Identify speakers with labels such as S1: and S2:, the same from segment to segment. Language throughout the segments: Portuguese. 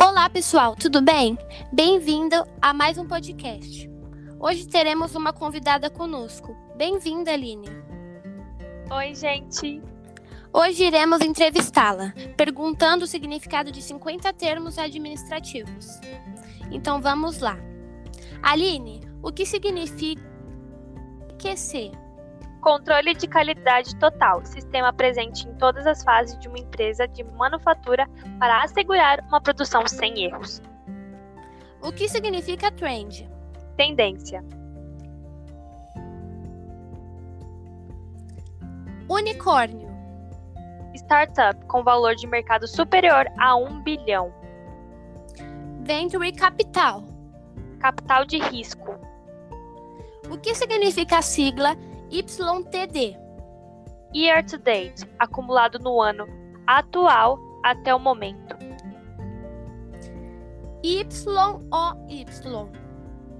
S1: Olá, pessoal, tudo bem? Bem-vindo a mais um podcast. Hoje teremos uma convidada conosco. Bem-vinda, Aline.
S2: Oi, gente!
S1: Hoje iremos entrevistá-la, perguntando o significado de 50 termos administrativos. Então vamos lá. Aline, o que significa QC?
S2: Controle de qualidade total, sistema presente em todas as fases de uma empresa de manufatura para assegurar uma produção sem erros.
S1: O que significa trend?
S2: Tendência.
S1: Unicórnio.
S2: Startup com valor de mercado superior a 1 bilhão.
S1: Venture Capital.
S2: Capital de risco.
S1: O que significa a sigla YTD?
S2: Year to date, acumulado no ano atual até o momento.
S1: YOY.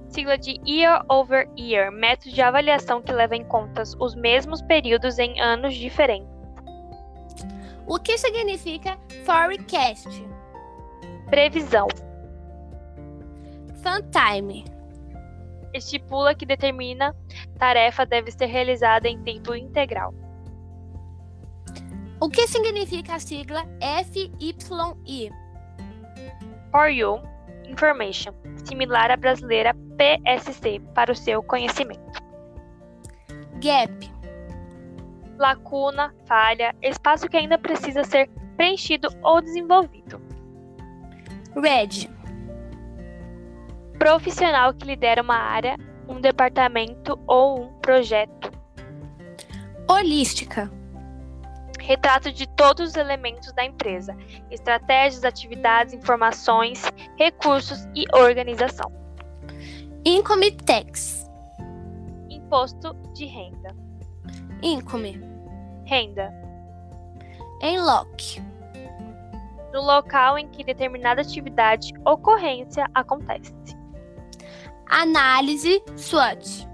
S2: Sigla de year over year, método de avaliação que leva em conta os mesmos períodos em anos diferentes.
S1: O que significa forecast?
S2: Previsão.
S1: Funtime.
S2: Estipula que determina tarefa deve ser realizada em tempo integral.
S1: O que significa a sigla FYI?
S2: For You Information, similar à brasileira PSC, para o seu conhecimento.
S1: Gap.
S2: Lacuna, falha, espaço que ainda precisa ser preenchido ou desenvolvido.
S1: Red.
S2: Profissional que lidera uma área, um departamento ou um projeto.
S1: Holística.
S2: Retrato de todos os elementos da empresa: estratégias, atividades, informações, recursos e organização.
S1: Income Tax.
S2: Imposto de renda.
S1: Income.
S2: Renda.
S1: Enlock.
S2: No local em que determinada atividade, ocorrência acontece.
S1: Análise SWOT.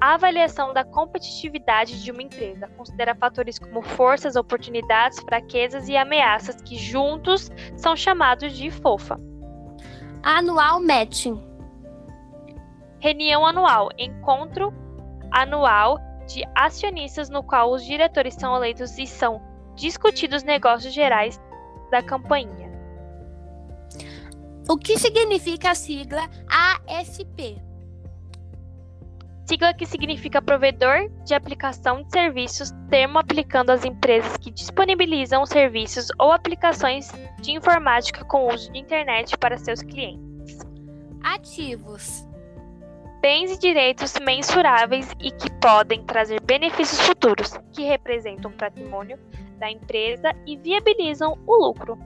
S2: A avaliação da competitividade de uma empresa considera fatores como forças, oportunidades, fraquezas e ameaças que juntos são chamados de FOFA.
S1: Anual Matching.
S2: Reunião anual, encontro anual de acionistas no qual os diretores são eleitos e são discutidos negócios gerais da campanha.
S1: O que significa a sigla ASP?
S2: Sigla que significa provedor de aplicação de serviços, termo aplicando às empresas que disponibilizam serviços ou aplicações de informática com uso de internet para seus clientes.
S1: Ativos.
S2: bens e direitos mensuráveis e que podem trazer benefícios futuros, que representam o patrimônio da empresa e viabilizam o lucro.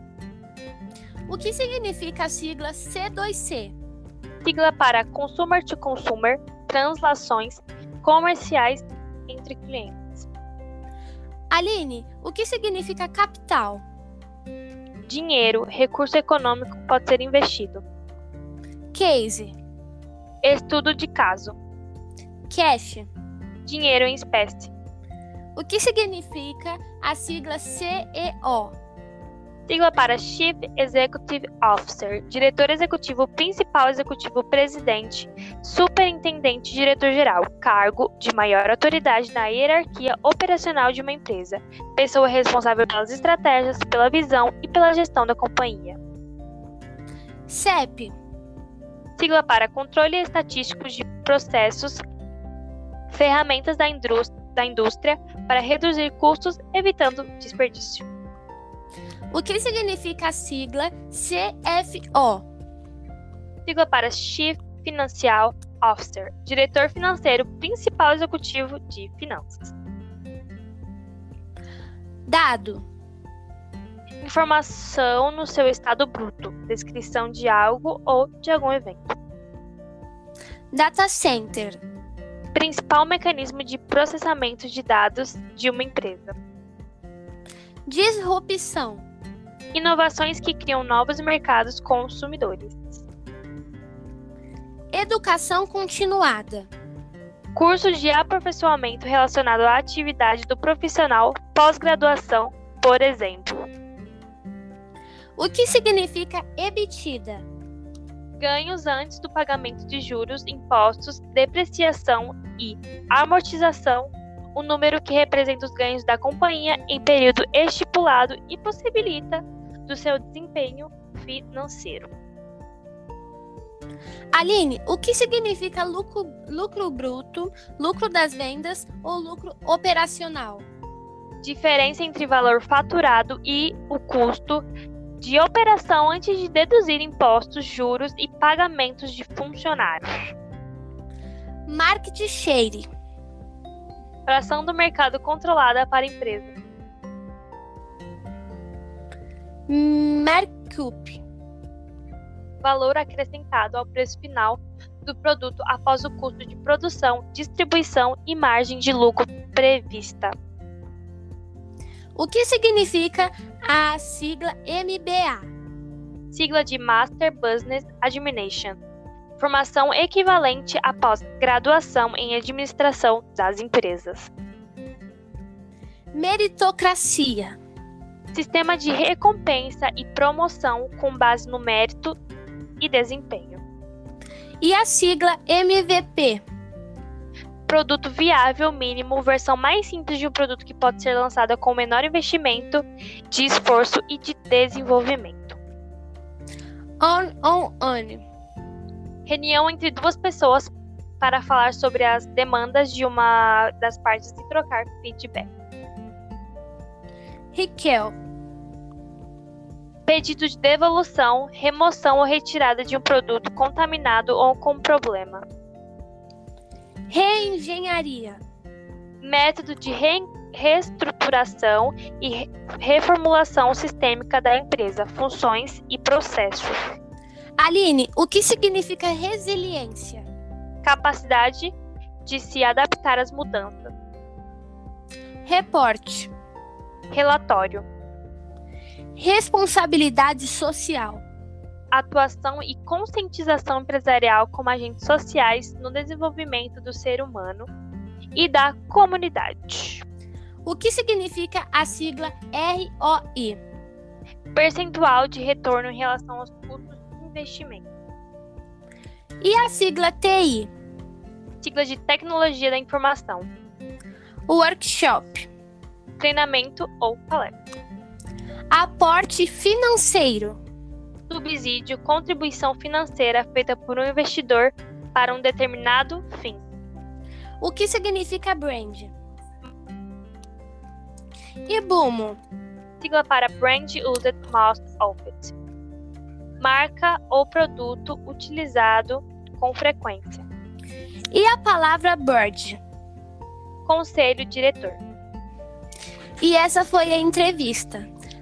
S1: O que significa a sigla C2C?
S2: Sigla para consumer to consumer, translações comerciais entre clientes.
S1: Aline, o que significa capital?
S2: Dinheiro, recurso econômico pode ser investido.
S1: Case.
S2: Estudo de caso.
S1: Cash.
S2: Dinheiro em espécie.
S1: O que significa a sigla CEO?
S2: Sigla para Chief Executive Officer, diretor executivo, principal executivo, presidente, superintendente, diretor-geral, cargo de maior autoridade na hierarquia operacional de uma empresa, pessoa responsável pelas estratégias, pela visão e pela gestão da companhia.
S1: CEP.
S2: Sigla para Controle Estatístico de Processos, ferramentas da indrus- da indústria para reduzir custos, evitando desperdício.
S1: O que significa a sigla CFO?
S2: sigla para Chief Financial Officer, diretor financeiro principal executivo de finanças.
S1: Dado.
S2: Informação no seu estado bruto, descrição de algo ou de algum evento.
S1: Data Center.
S2: Principal mecanismo de processamento de dados de uma empresa.
S1: Disrupção.
S2: Inovações que criam novos mercados consumidores.
S1: Educação continuada.
S2: Curso de aperfeiçoamento relacionado à atividade do profissional pós-graduação, por exemplo.
S1: O que significa EBITDA?
S2: Ganhos antes do pagamento de juros, impostos, depreciação e amortização, o número que representa os ganhos da companhia em período estipulado e possibilita do seu desempenho financeiro.
S1: Aline, o que significa lucro, lucro bruto, lucro das vendas ou lucro operacional?
S2: Diferença entre valor faturado e o custo de operação antes de deduzir impostos, juros e pagamentos de funcionários.
S1: Market share.
S2: Fração do mercado controlada para empresa.
S1: Mercup.
S2: Valor acrescentado ao preço final do produto após o custo de produção, distribuição e margem de lucro prevista.
S1: O que significa a sigla MBA?
S2: sigla de Master Business Administration. Formação equivalente após graduação em administração das empresas.
S1: Meritocracia.
S2: Sistema de recompensa e promoção com base no mérito e desempenho.
S1: E a sigla MVP?
S2: Produto viável mínimo, versão mais simples de um produto que pode ser lançada com menor investimento, de esforço e de desenvolvimento.
S1: On, on, on.
S2: Reunião entre duas pessoas para falar sobre as demandas de uma das partes e trocar feedback.
S1: Riquel.
S2: Pedido de devolução, remoção ou retirada de um produto contaminado ou com problema.
S1: Reengenharia.
S2: método de re- reestruturação e re- reformulação sistêmica da empresa, funções e processos,
S1: Aline, o que significa resiliência?
S2: capacidade de se adaptar às mudanças,
S1: Reporte.
S2: relatório,
S1: Responsabilidade social.
S2: atuação e conscientização empresarial como agentes sociais no desenvolvimento do ser humano e da comunidade.
S1: O que significa a sigla ROI?
S2: Percentual de retorno em relação aos custos de investimento.
S1: E a sigla TI?
S2: Sigla de tecnologia da informação,
S1: Workshop.
S2: treinamento ou palestra.
S1: Aporte financeiro.
S2: subsídio, contribuição financeira feita por um investidor para um determinado fim.
S1: O que significa brand? E Bumo?
S2: Sigla para Brand Used Most Often. Marca ou produto utilizado com frequência.
S1: E a palavra bird?
S2: Conselho diretor.
S1: E essa foi a entrevista.